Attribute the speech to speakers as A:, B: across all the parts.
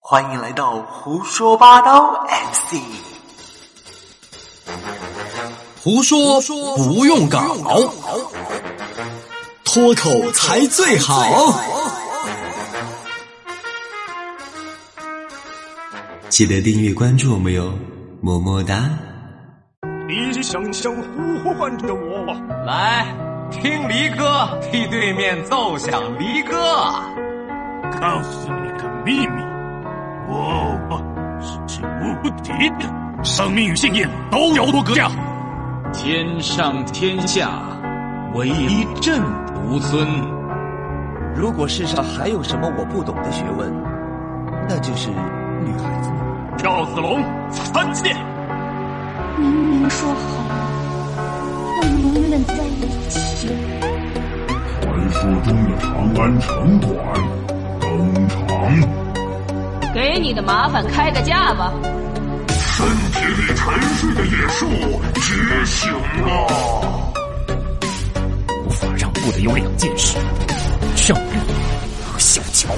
A: 欢迎来到胡说八道 MC。
B: 胡说不用稿，脱口才最好。
C: 记得订阅关注我们哟，么么哒！
D: 理想像呼唤着我，
E: 来听离歌，替对面奏响离歌。
D: 告诉你个秘密，我啊是无敌的，生命与信念都有多格价。
F: 天上天下，唯一朕独尊。
G: 如果世上还有什么我不懂的学问，那就是女孩子。
D: 赵子龙，参见。
H: 明明说好了，要永远在一起。
I: 传说中的长安城管登场。
J: 给你的麻烦开个价吧。
I: 身体里沉睡的野兽觉醒了。
K: 无法让步的有两件事：让步和小乔。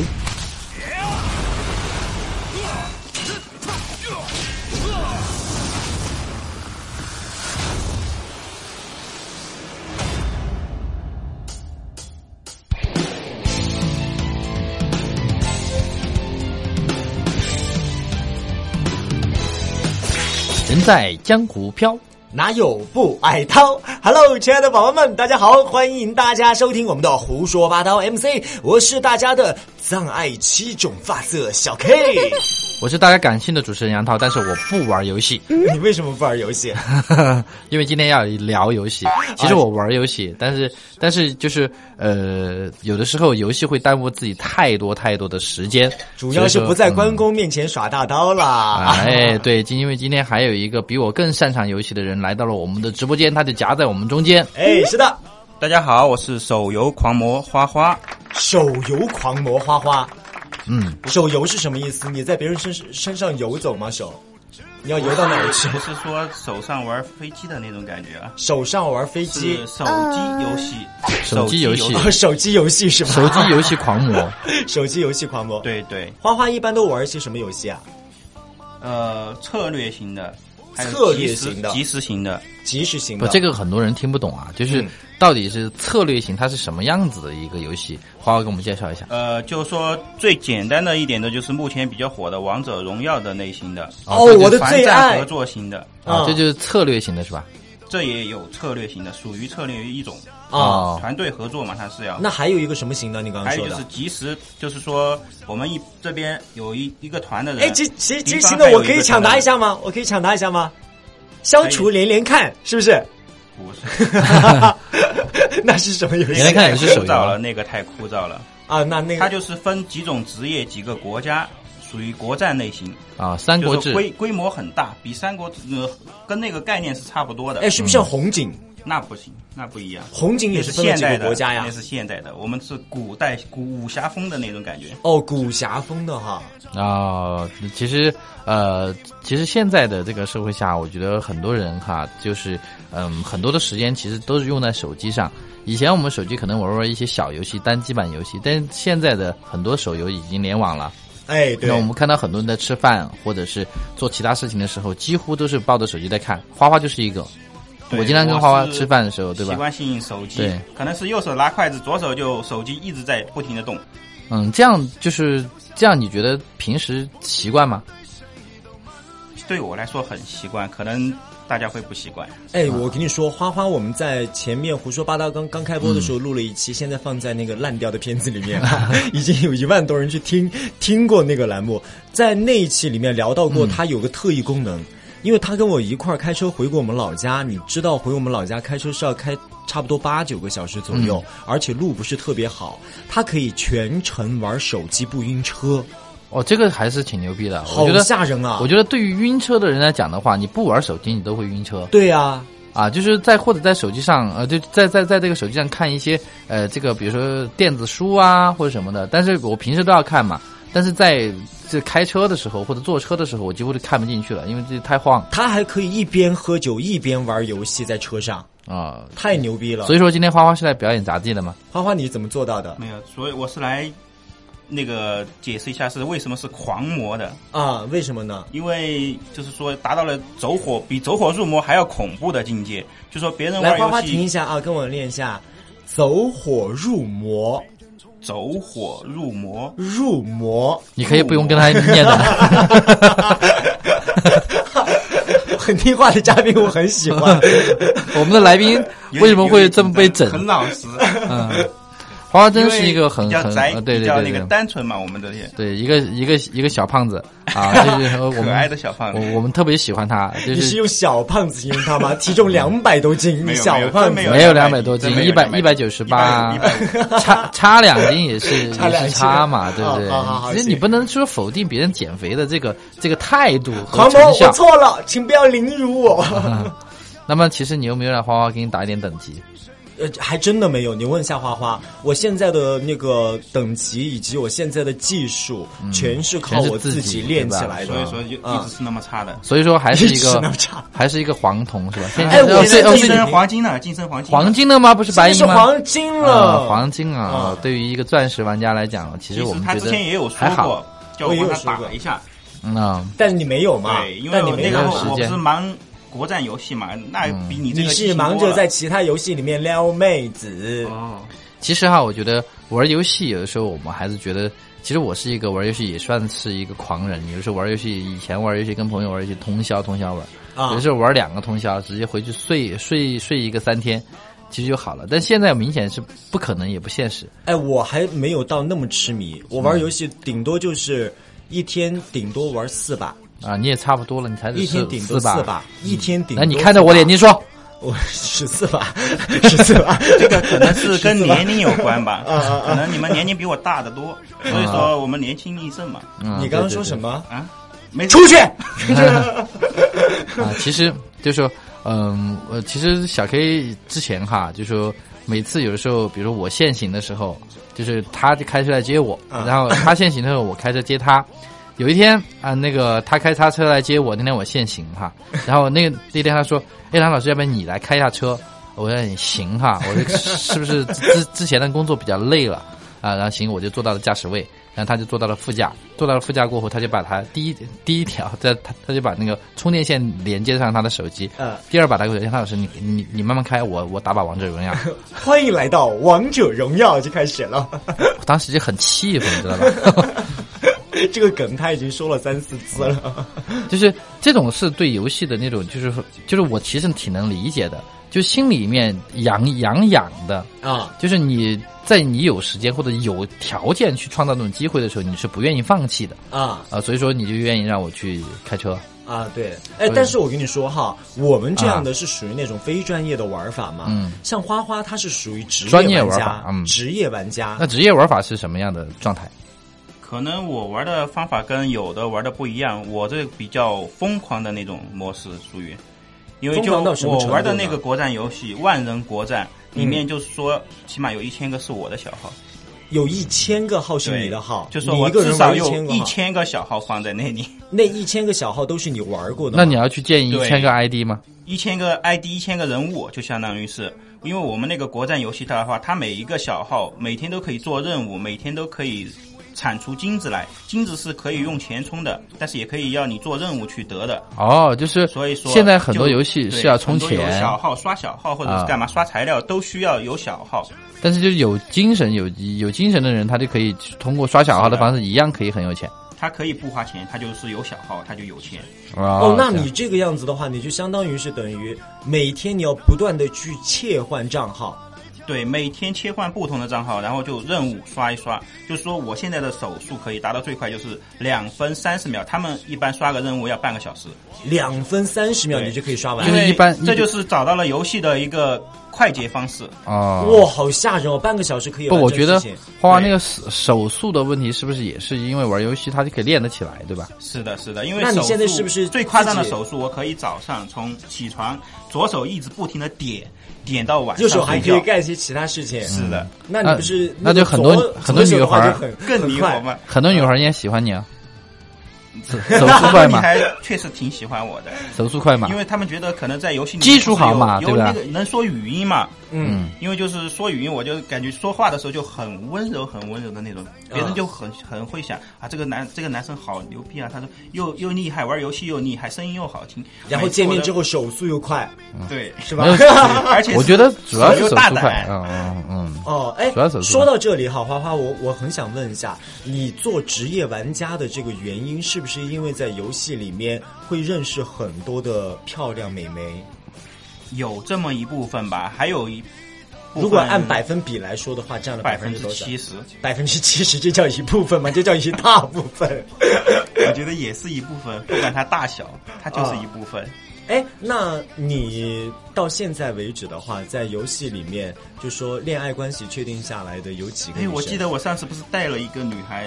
L: 人在江湖飘，
M: 哪有不挨刀？Hello，亲爱的宝宝们，大家好，欢迎大家收听我们的《胡说八道》MC，我是大家的葬爱七种发色小 K，
L: 我是大家感性的主持人杨涛，但是我不玩游戏，
M: 你为什么不玩游 戏？
L: 因为今天要聊游戏。其实我玩游戏，但是但是就是呃，有的时候游戏会耽误自己太多太多的时间，
M: 主要是不在关公面前耍大刀啦。
L: 嗯、哎，对，因为今天还有一个比我更擅长游戏的人来到了我们的直播间，他就夹在我们中间。
M: 哎，是的，
N: 大家好，我是手游狂魔花花，
M: 手游狂魔花花。
L: 嗯，
M: 手游是什么意思？你在别人身身上游走吗？手，你要游到哪儿 去？
N: 不是说手上玩飞机的那种感觉啊？
M: 手上玩飞机，
N: 手机游戏，
L: 手机游戏，
M: 哦，手机游戏是吧？
L: 手机游戏狂 魔，
M: 手机游戏狂魔，
N: 对对。
M: 花花一般都玩一些什么游戏啊？
N: 呃，策略型的，还有
M: 策略型的，
N: 即时型的，
M: 即时型
L: 的。不，这个很多人听不懂啊，就是。嗯到底是策略型，它是什么样子的一个游戏？花花给我们介绍一下。
N: 呃，就是说最简单的一点的，就是目前比较火的《王者荣耀》的类型的。
M: 哦，我的最爱。
N: 合作型的
L: 啊，这就是策略型的是吧？
N: 这也有策略型的，属于策略一种
L: 啊，
N: 团队合作嘛，它是要。
M: 那还有一个什么型的？你刚刚
N: 说的。还有就是即时，就是说我们一这边有一一个团的人。
M: 哎，这这这型的我可以抢答一下吗？我可以抢答一下吗？消除连连看是不 是？
N: 不是，
M: 那是什么游戏？
N: 哎
L: 原来看也是手游啊
N: 了，那个太枯燥了
M: 啊！那那个
N: 它就是分几种职业、几个国家，属于国战类型
L: 啊。三国志
N: 规规模很大，比三国呃跟那个概念是差不多的。
M: 哎，是不是像红警？
N: 那不行，那不一样。
M: 红警也
N: 是
M: 现
N: 代
M: 国家呀，
N: 那是现代的，我们是古代古武侠风的那种感觉。
M: 哦，武侠风的哈
L: 啊，其实呃，其实现在的这个社会下，我觉得很多人哈，就是嗯，很多的时间其实都是用在手机上。以前我们手机可能玩玩一些小游戏、单机版游戏，但现在的很多手游已经联网了。
M: 哎，对，
L: 那我们看到很多人在吃饭或者是做其他事情的时候，几乎都是抱着手机在看。花花就是一个。
N: 我
L: 经常跟花花吃饭的时候，对吧？
N: 习惯性手机，可能是右手拿筷子，左手就手机一直在不停的动。
L: 嗯，这样就是这样，你觉得平时习惯吗？
N: 对我来说很习惯，可能大家会不习惯。
M: 哎，
L: 啊
M: 我跟你说，花花，我们在前面胡说八道刚刚开播的时候录了一期，嗯、现在放在那个烂掉的片子里 面，已经有一万多人去听听过那个栏目，在那一期里面聊到过，
L: 嗯
M: 它有个特异功能。嗯因为他跟我一块儿开车回过我们老家，你知道回我们老家开车是要开差不多八九个小时左右，嗯、而且路不是特别好。他可以全程玩手机不晕车，
L: 哦，这个还是挺牛逼的。
M: 好吓人啊！
L: 我觉得对于晕车的人来讲的话，你不玩手机你都会晕车。
M: 对呀、啊。
L: 啊， 就是在或者在手机上，呃，就在在在这个手机上看一些呃，这个比如说电子书啊或者什么的，但是我平时都要看嘛。但是在这开车的时候或者坐车的时候，我几乎就看不进去了，因为这太晃。
M: 他还可以一边喝酒一边玩游戏在车上
L: 啊，
M: 呃、太牛逼了！
L: 所以说今天花花是来表演杂技的吗？
M: 花花，你怎么做到的？
N: 没有，所以我是来那个解释一下是为什么是狂魔的
M: 啊？为什么呢？
N: 因为就是说达到了走火比走火入魔还要恐怖的境界，就说别人玩游戏。
M: 花花停一下啊，跟我练一下，走火入魔。
N: 走火入魔，
M: 入魔，
L: 你可以不用跟他念的。
M: 很听话的嘉宾，我很喜欢。哦
L: 我们的来宾为什么会这么被整？
N: 很老实。
L: 嗯，花花 真是一个很
N: 比较宅、
L: 很对对
N: 对那个单纯嘛，我们的
L: 对一个一个一个小胖子啊， 就是我们
N: 可爱的小胖子，
L: 我我们特别喜欢他。就是
M: 你是用小胖子形容他吗？体重两百多斤，小胖子
L: 没有两百多斤，一百一百九十八，差差两斤也 是也是差
M: 啊
L: 嘛，对不对？其实你不能说否定别人减肥的这个这个态度和成效。
M: 我错了，请不要凌辱我。
L: 那么其实你有没有让花花给你打一点等级？
M: 呃，还真的没有。你问一下花花，我现在的那个等级以及我现在的技术，嗯、全是靠我
L: 自
M: 己练起来的。啊
N: 所以说，就一直是那么差的。嗯、
L: 所以说，还是一个还是一个黄铜是吧？现
M: 哎
L: 在哦，
N: 是晋升黄金了，晋升黄金，
L: 黄金了吗？不是白银
M: 吗？是黄金了、
L: 呃，黄金啊！嗯、对于一个钻石玩家来讲，
N: 其
L: 实我们觉
N: 得还好。叫我帮他打一下，
L: 嗯，
M: 啊但你没有嘛？
N: 对，因为
M: 你
N: 那个我是忙。国战游戏嘛，那比你这
M: 你
N: 个、嗯、
M: 是忙着在其他游戏里面撩妹子
N: 哦。
L: 其实哈，我觉得玩游戏有的时候我们还是觉得，其实我是一个玩游戏也算是一个狂人。有的时候玩游戏，以前玩游戏跟朋友玩游戏通宵通宵玩，啊、有的时候玩两个通宵，直接回去睡睡睡一个三天。其实就好了，但现在明显是不可能，也不现实。
M: 哎，我还没有到那么痴迷，我玩游戏顶多就是一天顶多玩四把。
L: 啊，你也差不多了，你才
M: 一天顶多四把，一天顶。
L: 那你看着我的眼睛说，
M: 我十四把， 十四把，
N: 这个 可能 是跟年龄有关吧，
M: 啊
N: 可能你们年龄比我大得多，所以说我们年轻力盛嘛。
L: 嗯
M: 你刚刚说什么
N: 啊？没
M: 出去。
L: 啊，其实就说，嗯，呃，其实小 K 之前哈，就说每次有的时候，比如我限行的时候，就是他就开车来接我，然后他限行的时候，我开车接他。有一天啊、呃，那个他开他车来接我，那天我限行哈， 然后那个那天他说：“哎，梁老师，要不然你来开一下车？”我说：“哎行哈，我说是不是之之前的工作比较累了啊？”然后行，我就坐到了驾驶位，然后他就坐到了副驾，坐到了副驾过后，他就把他第一第一条，在他他就把那个充电线连接上他的手机，嗯，第二把他给我说：“梁老师，你你你慢慢开，我我打把王者荣耀。”
M: 欢迎来到王者荣耀就开始了，
L: 我当时就很气愤，你知道吧？
M: 这个梗他已经说了三四次了，
L: 就是这种是对游戏的那种，就是就是我其实挺能理解的，就心里面痒痒痒的
M: 啊，
L: 就是你在你有时间或者有条件去创造这种机会的时候，你是不愿意放弃的
M: 啊
L: 啊，所以说你就愿意让我去开车。
M: 啊，对，哎，但是我跟你说哈，我们这样的是属于那种非专业的玩法嘛，
L: 嗯，
M: 像花花他是属于职
L: 业
M: 玩
L: 家，嗯，
M: 职业玩家。
L: 那职业玩法是什么样的状态？
N: 可能我玩的方法跟有的玩的不一样，我这比较疯狂的那种模式属于，因为就我玩的那个国战游戏《万人国战》里面，就是说起码有一千个是我的小号，
M: 有一千个号是你的号，
N: 就是我至少有一千个小号放在那里，
M: 那一千个小号都是你玩过的。
L: 那你要去建一千个 ID 吗？
N: 一千个 ID，一千个人物，就相当于是。因为我们那个国战游戏它的话，它每一个小号每天都可以做任务，每天都可以。产出金子来，金子是可以用钱充的，但是也可以要你做任务去得的。
L: 哦，就是
N: 所以说
L: 现在很多游戏是要充钱，
N: 小号刷小号或者是干嘛、啊、刷材料都需要有小号。
L: 但是就有精神有有精神的人，他就可以通过刷小号的方式一样可以很有钱。
N: 他可以不花钱，他就是有小号，他就有钱。
L: 哦，
M: 那你这个样子的话，你就相当于是等于每天你要不断的去切换账号。
N: 对，每天切换不同的账号，然后就任务刷一刷。就是说，我现在的手速可以达到最快就是两分三十秒。他们一般刷个任务要半个小时，
M: 两分三十秒你就可以刷完。
L: 因为
N: 一
L: 般
N: 这就是找到了游戏的一个快捷方式
L: 啊！
M: 哇、哦，好吓人哦！半个小时可以
L: 不？我觉得花花那个手速的问题是不是也是因为玩游戏它就可以练得起来，对吧？
N: 是的，是的，因为
M: 那你现在是不是
N: 最夸张的手速？我可以早上从起床，左手一直不停的点。点到晚上，
M: 右手还可以干一些其他事情。嗯
N: 是的，
M: 那你不是
L: 那就很多很多女孩
M: 很
N: 更厉害吗？
L: 很多女孩也喜欢你啊。手手速快嘛，
N: 嗯还确实挺喜欢我的。
L: 手速快嘛，
N: 因为他们觉得可能在游戏里面
L: 基础好嘛，
N: 有
L: 对吧？
N: 那个能说语音嘛，
L: 嗯，
N: 因为就是说语音，我就感觉说话的时候就很温柔，很温柔的那
M: 啊
N: 种，别人就很很会想啊，这个男这个男生好牛逼啊，他说又又厉害，玩游戏又厉害，声音又好听，哎
M: 然后见面之后手速又快，
N: 对，
M: 是吧？
N: 而且
L: 我觉得主要是手速
N: 大
L: 快，
N: 胆，
L: 嗯嗯嗯，
M: 哦，哎
L: 主要手，速
M: 说到这里哈，花花，我我很想问一下，你做职业玩家的这个原因，是不是因为在游戏里面会认识很多的漂亮美眉？
N: 有这么一部分吧，还有一部分
M: 如果按百分比来说的话，占了
N: 百
M: 分
N: 分
M: 之
N: 之
M: 多少？
N: 七十，
M: 百分之七十，这叫一部分吗？这叫一大部分。
N: 我觉得也是一部分，不管它大小，它就是一部分。
M: 哎，那你到现在为止的话，在游戏里面，就说恋爱关系确定下来的有几个女
N: 哎，
M: 生？
N: 我记得我上次不是带了一个女孩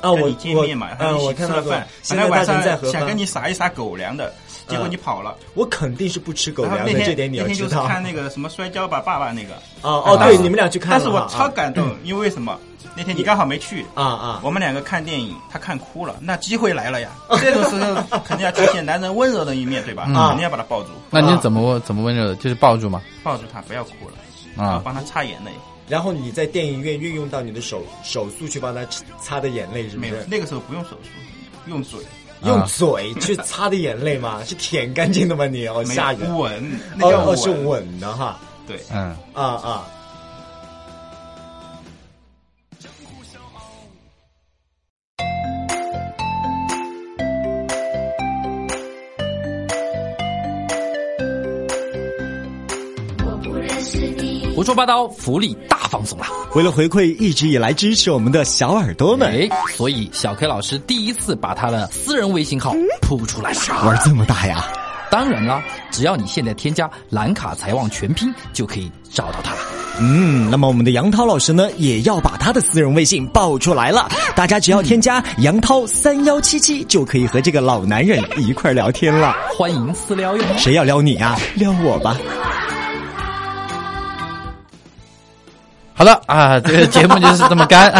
M: 啊，
N: 跟
M: 我
N: 你见
M: 我
N: 面嘛，然
M: 嗯，
N: 后
M: 我
N: 一起
M: 看
N: 吃
M: 到
N: 了
M: 过
N: 饭，
M: 现
N: 本
M: 在
N: 来
M: 大
N: 晚
M: 人
N: 上
M: 在河
N: 想
M: 畔
N: 跟你撒一撒狗粮的，结果你跑了。
M: 我肯定是不吃狗
N: 然后
M: 粮
N: 啊
M: 的，
N: 那天
M: 这点你要
N: 那天
M: 知
N: 就是
M: 道。
N: 看那个什么摔跤吧爸爸那个。
M: 哦哦，对，你们俩去看了
N: 但
M: 哈，
N: 是我超
M: 啊
N: 感动，因为什么？那天你刚好没去
M: 啊啊！
N: 我们两个看电影，他看哭了，那机会来 了呀！这种时候肯定要出现男人温柔的一面，对吧？
L: 嗯
M: 啊
N: 肯定要把他抱住，啊
L: 那你怎么怎么温柔的？就是抱住嘛，
N: 抱住他，不要哭了，
L: 啊
N: 然后帮他擦眼泪。
M: 然后你在电影院运用到你的手手速去帮他擦的眼泪，是不
N: 没有
M: 是，？
N: 那个时候不用手术，用嘴，
L: 啊
M: 用嘴去擦的眼泪 吗？是舔干净的吗？你哦，
N: 没
M: 吓
N: 有
M: 人！
N: 吻，那叫
M: 哦哦，
N: 吻，
M: 是吻的哈，
N: 对，
L: 嗯，
M: 啊啊！
K: 胡说八道，福利大放送了！
M: 为了回馈一直以来支持我们的小耳朵们，
K: 哎，所以小 K 老师第一次把他的私人微信
N: 嗯
K: 号铺出来了。
M: 玩这么大呀？
K: 当然啦，只要你现在添加“蓝卡财旺全拼”，就可以找到他了。
M: 嗯，那么我们的杨涛老师呢，也要把他的私人微信爆出来 了。大家只要添加杨涛三幺七七，就可以和这个老男人一块儿聊天了。
K: 欢迎私聊哟。
M: 谁要撩你啊？撩我吧！
L: 好了啊，这个节目就是这么干。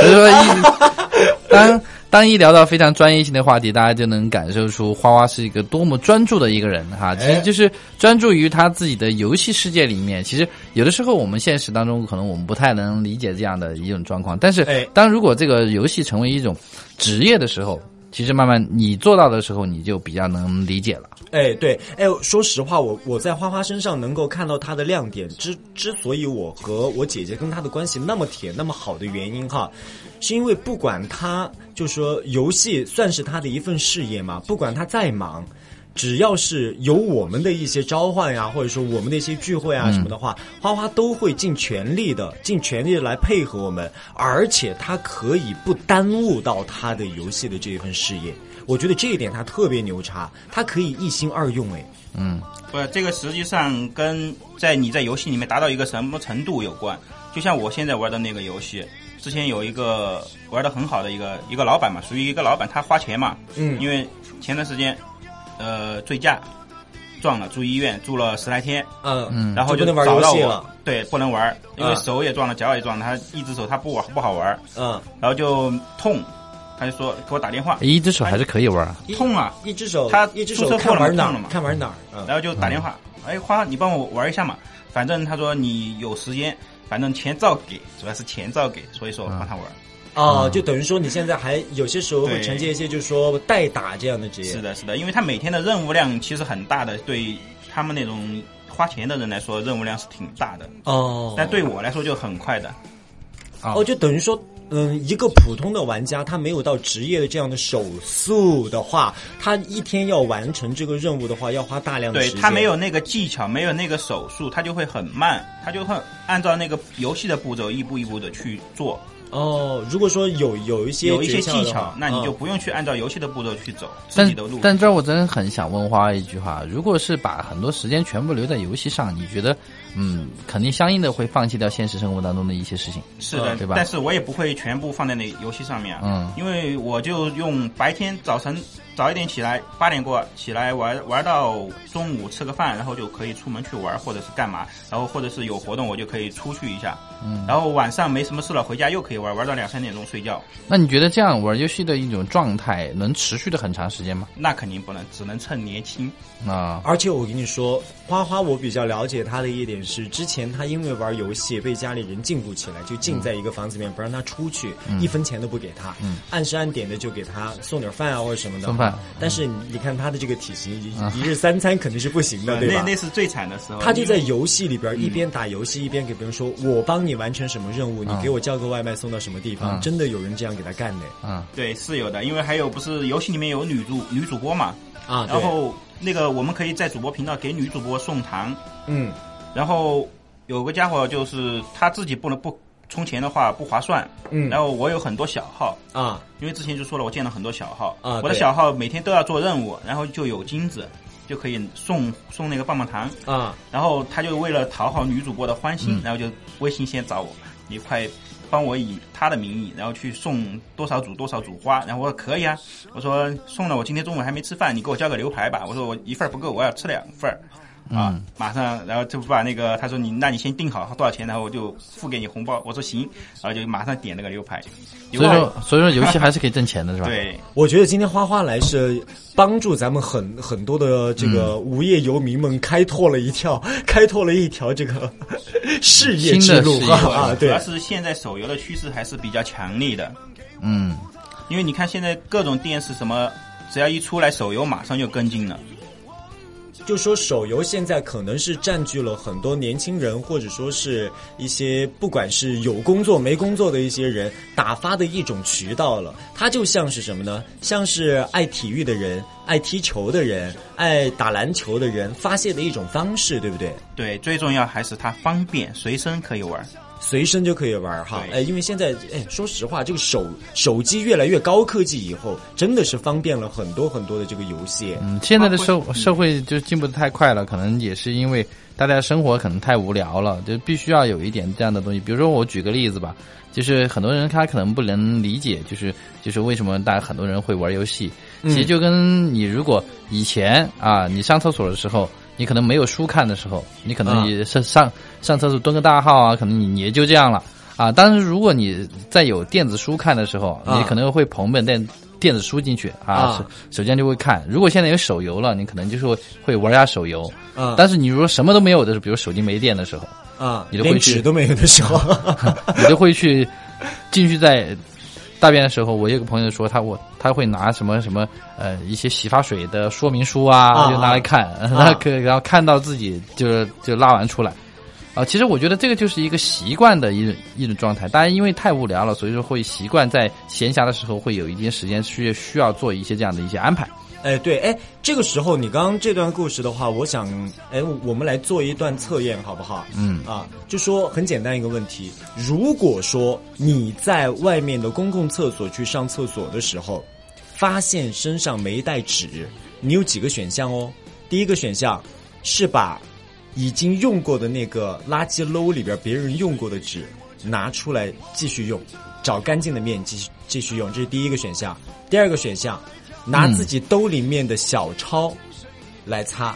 L: 所以说一当当一聊到非常专业性的话题，大家就能感受出花花是一个多么专注的一个人哈。其实就是专注于他自己的游戏世界里面。其实有的时候我们现实当中可能我们不太能理解这样的一种状况，但是
M: 哎
L: 当如果这个游戏成为一种职业的时候，其实慢慢你做到的时候，你就比较能理解了。
M: 哎，对，哎，说实话，我我在花花身上能够看到她的亮点。之之所以我和我姐姐跟她的关系那么铁、那么好的原因哈，是因为不管她就说游戏算是她的一份事业嘛，不管她再忙。只要是有我们的一些召唤呀、或者说我们的一些聚会啊什么的话，花花都会尽全力的、尽全力的来配合我们，而且她可以不耽误到她的游戏的这一份事业。我觉得这一点他特别牛叉，他可以一心二用哎。
L: 嗯，
N: 不，这个实际上跟在你在游戏里面达到一个什么程度有关。就像我现在玩的那个游戏，之前有一个玩的很好的一个一个老板嘛，属于一个老板，他花钱嘛，
M: 嗯
N: 因为前段时间，呃，醉驾撞了，住医院住了十来天，
M: 嗯，
L: 嗯，
N: 然后
M: 就不能玩
N: 找到
M: 游戏
N: 我
M: 了，
N: 对，不能玩，因为
M: 啊
N: 手也撞了，脚也撞了，他一只手他不玩不好玩，
M: 嗯，
N: 然后就痛，他就说给我打电
M: 哎
N: 话，
L: 一只手还是可以玩啊。
N: 痛啊，
M: 一只手
N: 他
M: 一只
N: 注
M: 手
N: 册
M: 看
N: 过了
M: 玩
N: 嘛
M: 哪
N: 看了
M: 儿
N: 嘛
M: 看玩哪儿，嗯
N: 然后就打电话，哎，花，你帮我玩一下嘛，反正他说你有时间，反正钱照给，主要是钱照给，所以
M: 嗯
N: 说我帮他玩。
M: 哦，就等于说你现在还有些时候会
N: 对
M: 承接一些就是说代打这样的职业，
N: 是的，是的，因为他每天的任务量其实很大的，对他们那种花钱的人来说，任务量是挺大的，
M: 哦，
N: 但对我来说就很快的。啊
M: 哦，就等于说。嗯，一个普通的玩家，他没有到职业的这样的手速的话，他一天要完成这个任务的话，要花大量的
N: 对
M: 时间。
N: 他没有那个技巧，没有那个手速，他就会很慢，他就会按照那个游戏的步骤一步一步的去做。
M: 哦。如果说有有一些
N: 有一些
M: 诀窍的
N: 技巧
M: 话，
N: 那你就
M: 嗯
N: 不用去按照游戏的步骤去走自
L: 但
N: 己的路。
L: 但这儿我真的很想问花花一句话：如果是把很多时间全部留在游戏上，你觉得嗯，肯定相应的会放弃掉现实生活当中的一些事情，
N: 是的，
L: 呃对吧？
N: 但是我也不会全部放在那游戏上面啊，
L: 嗯
N: 因为我就用白天早晨早一点起来，八点过起来玩玩到中午吃个饭，然后就可以出门去玩或者是干嘛，然后或者是有活动我就可以出去一下，
L: 嗯
N: 然后晚上没什么事了回家又可以玩，玩到两三点钟睡觉，
L: 那你觉得这样玩游戏的一种状态能持续的很长时间吗？
N: 那肯定不能，只能趁年轻。
L: 啊，
M: 而且我跟你说，花花我比较了解她的一点是，之前她因为玩游戏被家里人禁锢起来，就
N: 嗯
M: 禁在一个房子里面，不让她出去，
L: 嗯
M: 一分钱都不给她，
L: 嗯
M: 按时按点的就给她送点饭啊或者什么的。
L: 送饭
M: 但是
N: 嗯
M: 你你看她的这个体型，一
L: 啊
M: 一日三餐肯定是不行 的，对
N: 呃那
M: 吧？
N: 那是最惨的时候。
M: 他就在
N: 因为
M: 游戏里边一边打游戏一边给别人说：“我帮你完成什么任务，你
N: 嗯
M: 给我叫个外卖送到什么地方。
N: 嗯
M: 真的有人这样给他干的。
L: 嗯，
N: 对，是有的，因为还有不是游戏里面有女主女主播嘛，
M: 啊对
N: 然后那个我们可以在主播频道给女主播送糖，
M: 嗯，
N: 然后有个家伙就是他自己不能不充钱的话不划算，
M: 嗯
N: 然后我有很多小号
M: 啊，
N: 因为之前就说了我建了很多小号
M: 啊
N: 我的
M: 对
N: 小号每天都要做任务，然后就有金子。就可以送送那个棒棒糖
M: 啊，
N: 然后他就为了讨好女主播的欢心，
L: 嗯
N: 然后就微信先找我，你快帮我以他的名义，然后去送多少组多少组花，然后我说可以啊，我说送了，我今天中午还没吃饭，你给我叫个牛排吧，我说我一份儿不够，我要吃两份儿。啊，
L: 嗯
N: 马上，然后就把那个他说你，那你先定好多少钱，然后我就付给你红包。我说行，然后就马上点那个牛排。
L: 所以说，啊所以说游戏还是可以挣钱的，是吧？
N: 对，
M: 我觉得今天花花来是帮助咱们很很多的这个无业游民们开拓了一条、开拓了一条这个 事业之路啊！
N: 主
M: 对
N: 要，是现在手游的趋势还是比较强烈的，
L: 嗯，
N: 因为你看现在各种电视什么，只要一出来手游，马上就跟进了。
M: 就说手游现在可能是占据了很多年轻人，或者说是一些不管是有工作没工作的一些人打发的一种渠道了。它就像是什么呢？像是爱体育的人、爱踢球的人、爱打篮球的人发泄的一种方式，对不对？
N: 对，最重要还是它方便，随身可以玩。
M: 随身就可以玩儿哈，哎，因为现在哎，说实话，这个手手机越来越高科技以后，真的是方便了很多很多的这个游戏。
L: 嗯，现在的社社会就进步的太快了，可能也是因为大家生活可能太无聊了，就必须要有一点这样的东西。比如说，我举个例子吧，就是很多人他可能不能理解，就是就是为什么大家很多人会玩游戏，
O: 嗯
L: 其实就跟你如果以前啊，你上厕所的时候。你可能没有书看的时候，你可能
O: 啊
L: 也上上上厕所蹲个大号啊，可能你也就这样了啊。但是如果你在有电子书看的时候，
O: 啊
L: 你可能会捧本电电子书进去啊，
O: 啊
L: 是首先就会看。如果现在有手游了，你可能就是会会玩一下手游。
M: 啊
L: 但是你如果什么都没有的时候，比如手机没电的时候，
M: 啊，
L: 你就
M: 连
L: 会去
M: 纸都没有的时候，
L: 你就会去进去在大便的时候，我有个朋友说他我他会拿什么什么呃一些洗发水的说明书啊，
O: 啊
L: 就拿来看，然后可然后看到自己就是就拉完出来。啊，其实我觉得这个就是一个习惯的一种一种状态。大家因为太无聊了，所以说会习惯在闲暇的时候会有一定时间需需要做一些这样的一些安排。
M: 哎，对，哎，这个时候你刚刚这段故事的话，我想，哎，我们来做一段测验，好不好？
L: 嗯
M: 啊，就说很简单一个问题：如果说你在外面的公共厕所去上厕所的时候，发现身上没带纸，你有几个选项哦？第一个选项是把已经用过的那个垃圾篓里边别人用过的纸拿出来继续用，找干净的面继续继续用，这是第一个选项。第二个选项，拿自己兜里面的小抄来擦。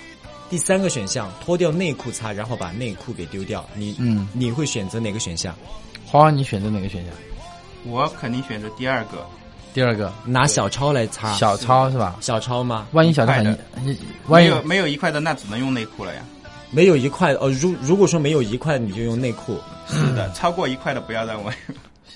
M: 第三个选项，脱掉内裤擦，然后把内裤给丢掉。你
L: 嗯
M: 你会选择哪个选项？
L: 花花，你选择哪个选项？
N: 我肯定选择第二个，
L: 第二个
M: 拿小抄来擦，
L: 小抄是吧？
M: 小抄吗？
L: 万一小抄
N: 快
L: 很
N: 的，
L: 万
N: 没
L: 一
N: 有没有一块的，那只能用内裤了呀。
M: 没有一块哦，如如果说没有一块，你就用内裤。
N: 是的，超过一块的不要让我。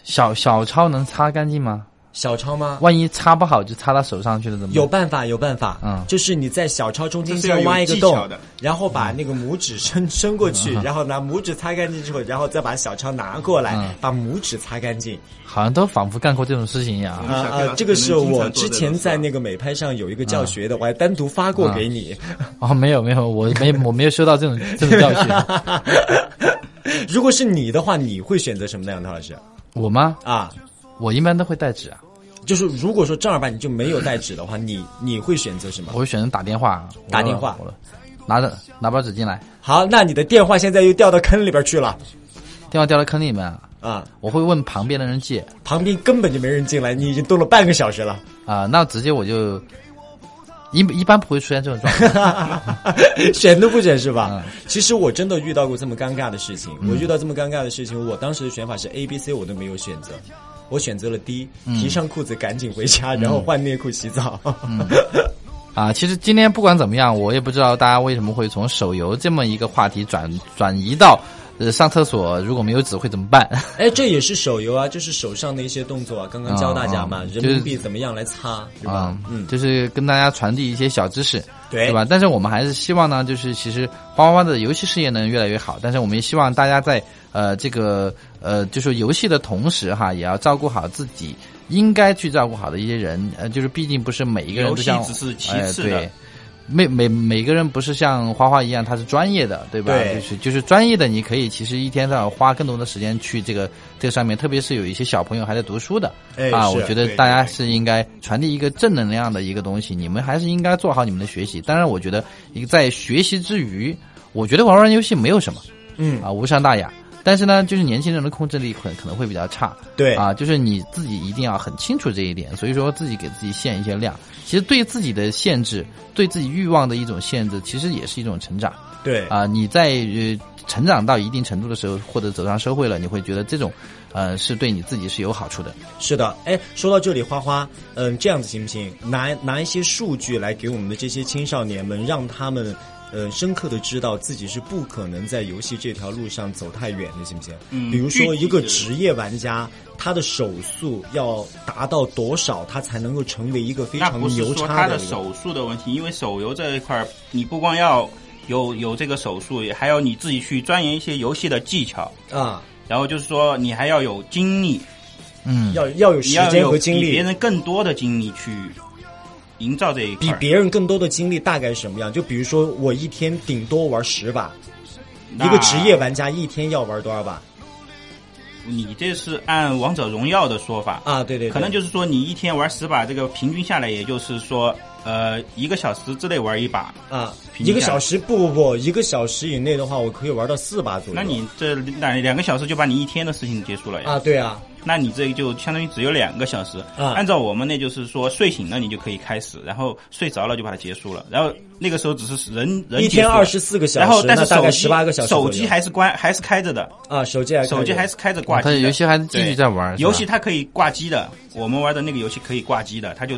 L: 小小抄能擦干净吗？
M: 小抄吗？
L: 万一擦不好就擦到手上去了怎么办？
M: 有办法，有办法，
L: 嗯
M: 就是你在小抄中间
L: 这是要
M: 先
L: 有
M: 挖一个
L: 技巧
M: 洞
L: 的，
M: 然后把那个拇指伸伸过去，
L: 嗯
M: 然后拿拇指擦干净之后，然后再把小抄拿过来，
L: 嗯
M: 把拇指擦干净。
L: 好像都仿佛干过这种事情一样
M: 啊
L: 啊。
M: 啊！这个是我之前
N: 啊
M: 在那个美拍上有一个教学的，我还单独发过给你。
L: 哦，没有没有，我没我没有收到这种这种教训。
M: 如果是你的话，你会选择什么呢，杨涛老师？
L: 我吗？
M: 啊，
L: 我一般都会带纸啊。
M: 就是如果说正儿八经就没有带纸的话，你你会选择什么？
L: 我会选择打电话，
M: 打电话
L: 我。拿着拿包纸进来。
M: 好，那你的电话现在又掉到坑里边去了。
L: 电话掉到坑里面
M: 啊！
L: 我会问旁边的人借，
M: 旁边根本就没人进来，你已经蹲了半个小时了
L: 啊！那直接我就一一般不会出现这种状
M: 况， 选都不选是吧、嗯？其实我真的遇到过这么尴尬的事情，我遇到这么尴尬的事情，我当时的选法是 A、B、C，我都没有选择。我选择了 D，提上裤子赶紧回家，嗯嗯、然后换内裤洗澡、嗯
L: 嗯。啊，其实今天不管怎么样，我也不知道大家为什么会从手游这么一个话题转转移到呃上厕所如果没有纸会怎么办？
M: 哎，这也是手游啊，就是手上的一些动作啊，刚刚教大家嘛，人民币怎么样来擦，对、就是、吧？
L: 嗯，就是跟大家传递一些小知识，
M: 对，
L: 对吧？但是我们还是希望呢，就是其实花花花的游戏事业能越来越好，但是我们也希望大家在。呃，这个呃，就是游戏的同时哈，也要照顾好自己，应该去照顾好的一些人。呃，就是毕竟不是每一个人都像
N: 只是其次
L: 的，呃、对每每每个人不是像花花一样，他是专业的，对吧？
M: 对
L: 就是就是专业的，你可以其实一天到晚花更多的时间去这个这个上面，特别是有一些小朋友还在读书的、
M: 哎、
L: 啊，我觉得大家是应该传递一个正能量的一个东西，你们还是应该做好你们的学习。当然，我觉得一个在学习之余，我觉得玩玩游戏没有什么，
M: 嗯
L: 啊，无伤大雅。但是呢，就是年轻人的控制力可可能会比较差，
M: 对
L: 啊，就是你自己一定要很清楚这一点，所以说自己给自己限一些量，其实对自己的限制，对自己欲望的一种限制，其实也是一种成长，
M: 对
L: 啊，你在呃成长到一定程度的时候，或者走上社会了，你会觉得这种，呃，是对你自己是有好处的。
M: 是的，哎，说到这里，花花，嗯、呃，这样子行不行？拿拿一些数据来给我们的这些青少年们，让他们。呃，深刻的知道自己是不可能在游戏这条路上走太远的，行不行？
N: 嗯，
M: 比如说一个职业玩家，他的手速要达到多少，他才能够成为一个非常牛叉的？
N: 他的手速的问题，因为手游这一块，你不光要有有这个手速，也还要你自己去钻研一些游戏的技巧
M: 啊。
N: 然后就是说，你还要有精力，
L: 嗯，
M: 要要有时间和精力，
N: 比别人更多的精力去。营造这一
M: 比别人更多的精力大概什么样？就比如说，我一天顶多玩十把，一个职业玩家一天要玩多少把？
N: 你这是按王者荣耀的说法
M: 啊？对,对对，
N: 可能就是说你一天玩十把，这个平均下来，也就是说，呃，一个小时之内玩一把
M: 啊。一个小时不不不，一个小时以内的话，我可以玩到四把左右。
N: 那你这两两个小时就把你一天的事情结束了呀？
M: 啊，对啊。
N: 那你这就相当于只有两个小时。
M: 啊、
N: 按照我们那就是说，睡醒了你就可以开始，然后睡着了就把它结束了。然后那个时候只是人人
M: 一天二十四个小时，
N: 然后但是
M: 大概十八个小时，
N: 手机还是关还是开着的
M: 啊，手机还
N: 手机还是开着挂机
L: 的，游戏还是继续在玩。
N: 游戏它可以挂机的，我们玩的那个游戏可以挂机的，它就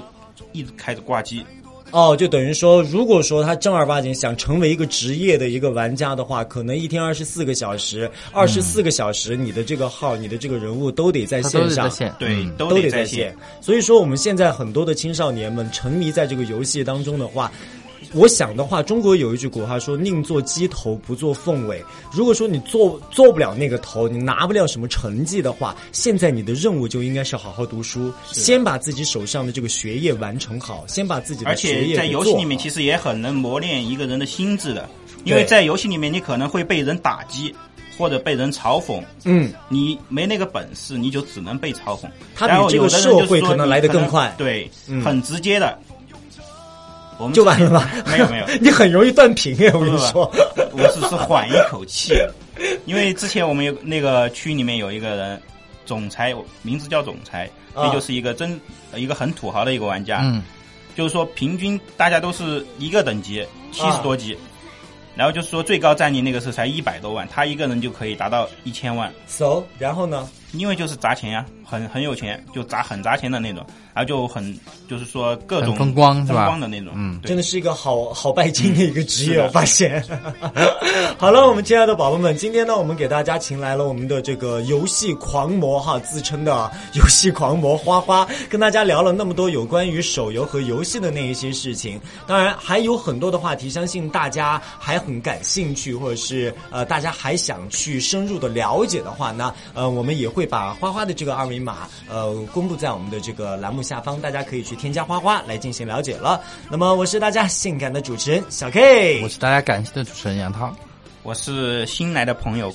N: 一直开着挂机。
M: 哦，就等于说，如果说他正儿八经想成为一个职业的一个玩家的话，可能一天二十四个小时，二十四个小时，你的这个号、你的这个人物都得在线上，
L: 线
N: 对，
M: 嗯都
N: 得
M: 在
N: 线。
M: 所以说，我们现在很多的青少年们沉迷在这个游戏当中的话。我想的话，中国有一句古话说“宁做鸡头，不做凤尾”。如果说你做做不了那个头，你拿不了什么成绩的话，现在你的任务就应该是好好读书，先把自己手上的这个学业完成好，先把自己的
N: 学业而且在游戏里面，其实也很能磨练一个人的心智的，因为在游戏里面，你可能会被人打击。或者被人嘲讽，
M: 嗯，
N: 你没那个本事，你就只能被嘲讽。
M: 他比这个社会可能来的更快，
N: 对、嗯，很直接的。我们
M: 就完了吧？
N: 没有没有，
M: 你很容易断屏哎！我跟你说，
N: 我只是缓一口气，因为之前我们有那个区里面有一个人，总裁名字叫总裁，
M: 啊、
N: 那就是一个真一个很土豪的一个玩家，
L: 嗯，
N: 就是说平均大家都是一个等级七十多级、啊，然后就是说最高战力那个时候才一百多万，他一个人就可以达到一千万。
M: so 然后呢？
N: 因为就是砸钱呀、啊，很很有钱，就砸很砸钱的那种，然后就很就是说各种
L: 风光
N: 风光的那种，
L: 嗯，
M: 真的是一个好好拜金的一个职业，我发现。 好了，我们亲爱的宝宝们，今天呢，我们给大家请来了我们的这个游戏狂魔哈，自称的游戏狂魔花花，跟大家聊了那么多有关于手游和游戏的那一些事情，当然还有很多的话题，相信大家还很感兴趣，或者是呃大家还想去深入的了解的话呢，呃我们也会。会把花花的这个二维码，呃，公布在我们的这个栏目下方，大家可以去添加花花来进行了解了。那么，我是大家性感的主持人小 K，
L: 我是大家感性的主持人杨涛，
N: 我是新来的朋友，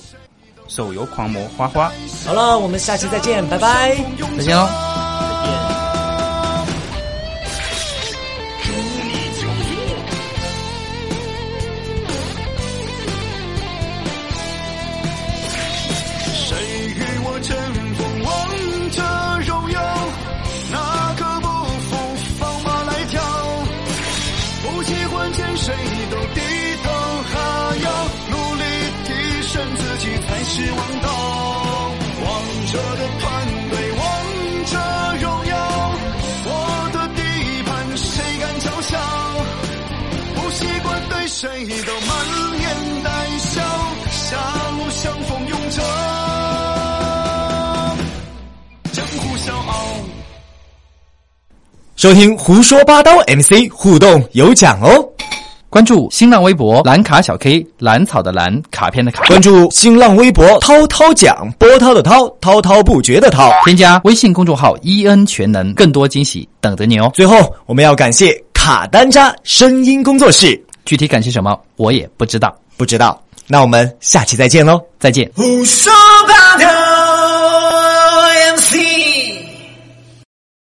N: 手游狂魔花花。
M: 好了，我们下期再见，拜拜，
L: 再见喽。
N: 再见
M: 谁都低头，还要努力提升自己才是王道。王者的团队，王者荣耀，我的地盘谁敢嘲笑？不习惯对谁都满眼带笑，狭路相逢勇者，江湖笑傲。
P: 收听胡说八道 MC 互动有奖哦！
L: 关注新浪微博“蓝卡小 K”，蓝草的蓝，卡片的卡。
P: 关注新浪微博“涛涛讲”，波涛的涛，滔滔不绝的涛。
L: 添加微信公众号 “EN 全能”，更多惊喜等着你哦！
P: 最后，我们要感谢卡丹扎声音工作室，
L: 具体感谢什么我也不知道，
P: 不知道。那我们下期再见喽，
L: 再见！
A: 胡说八道。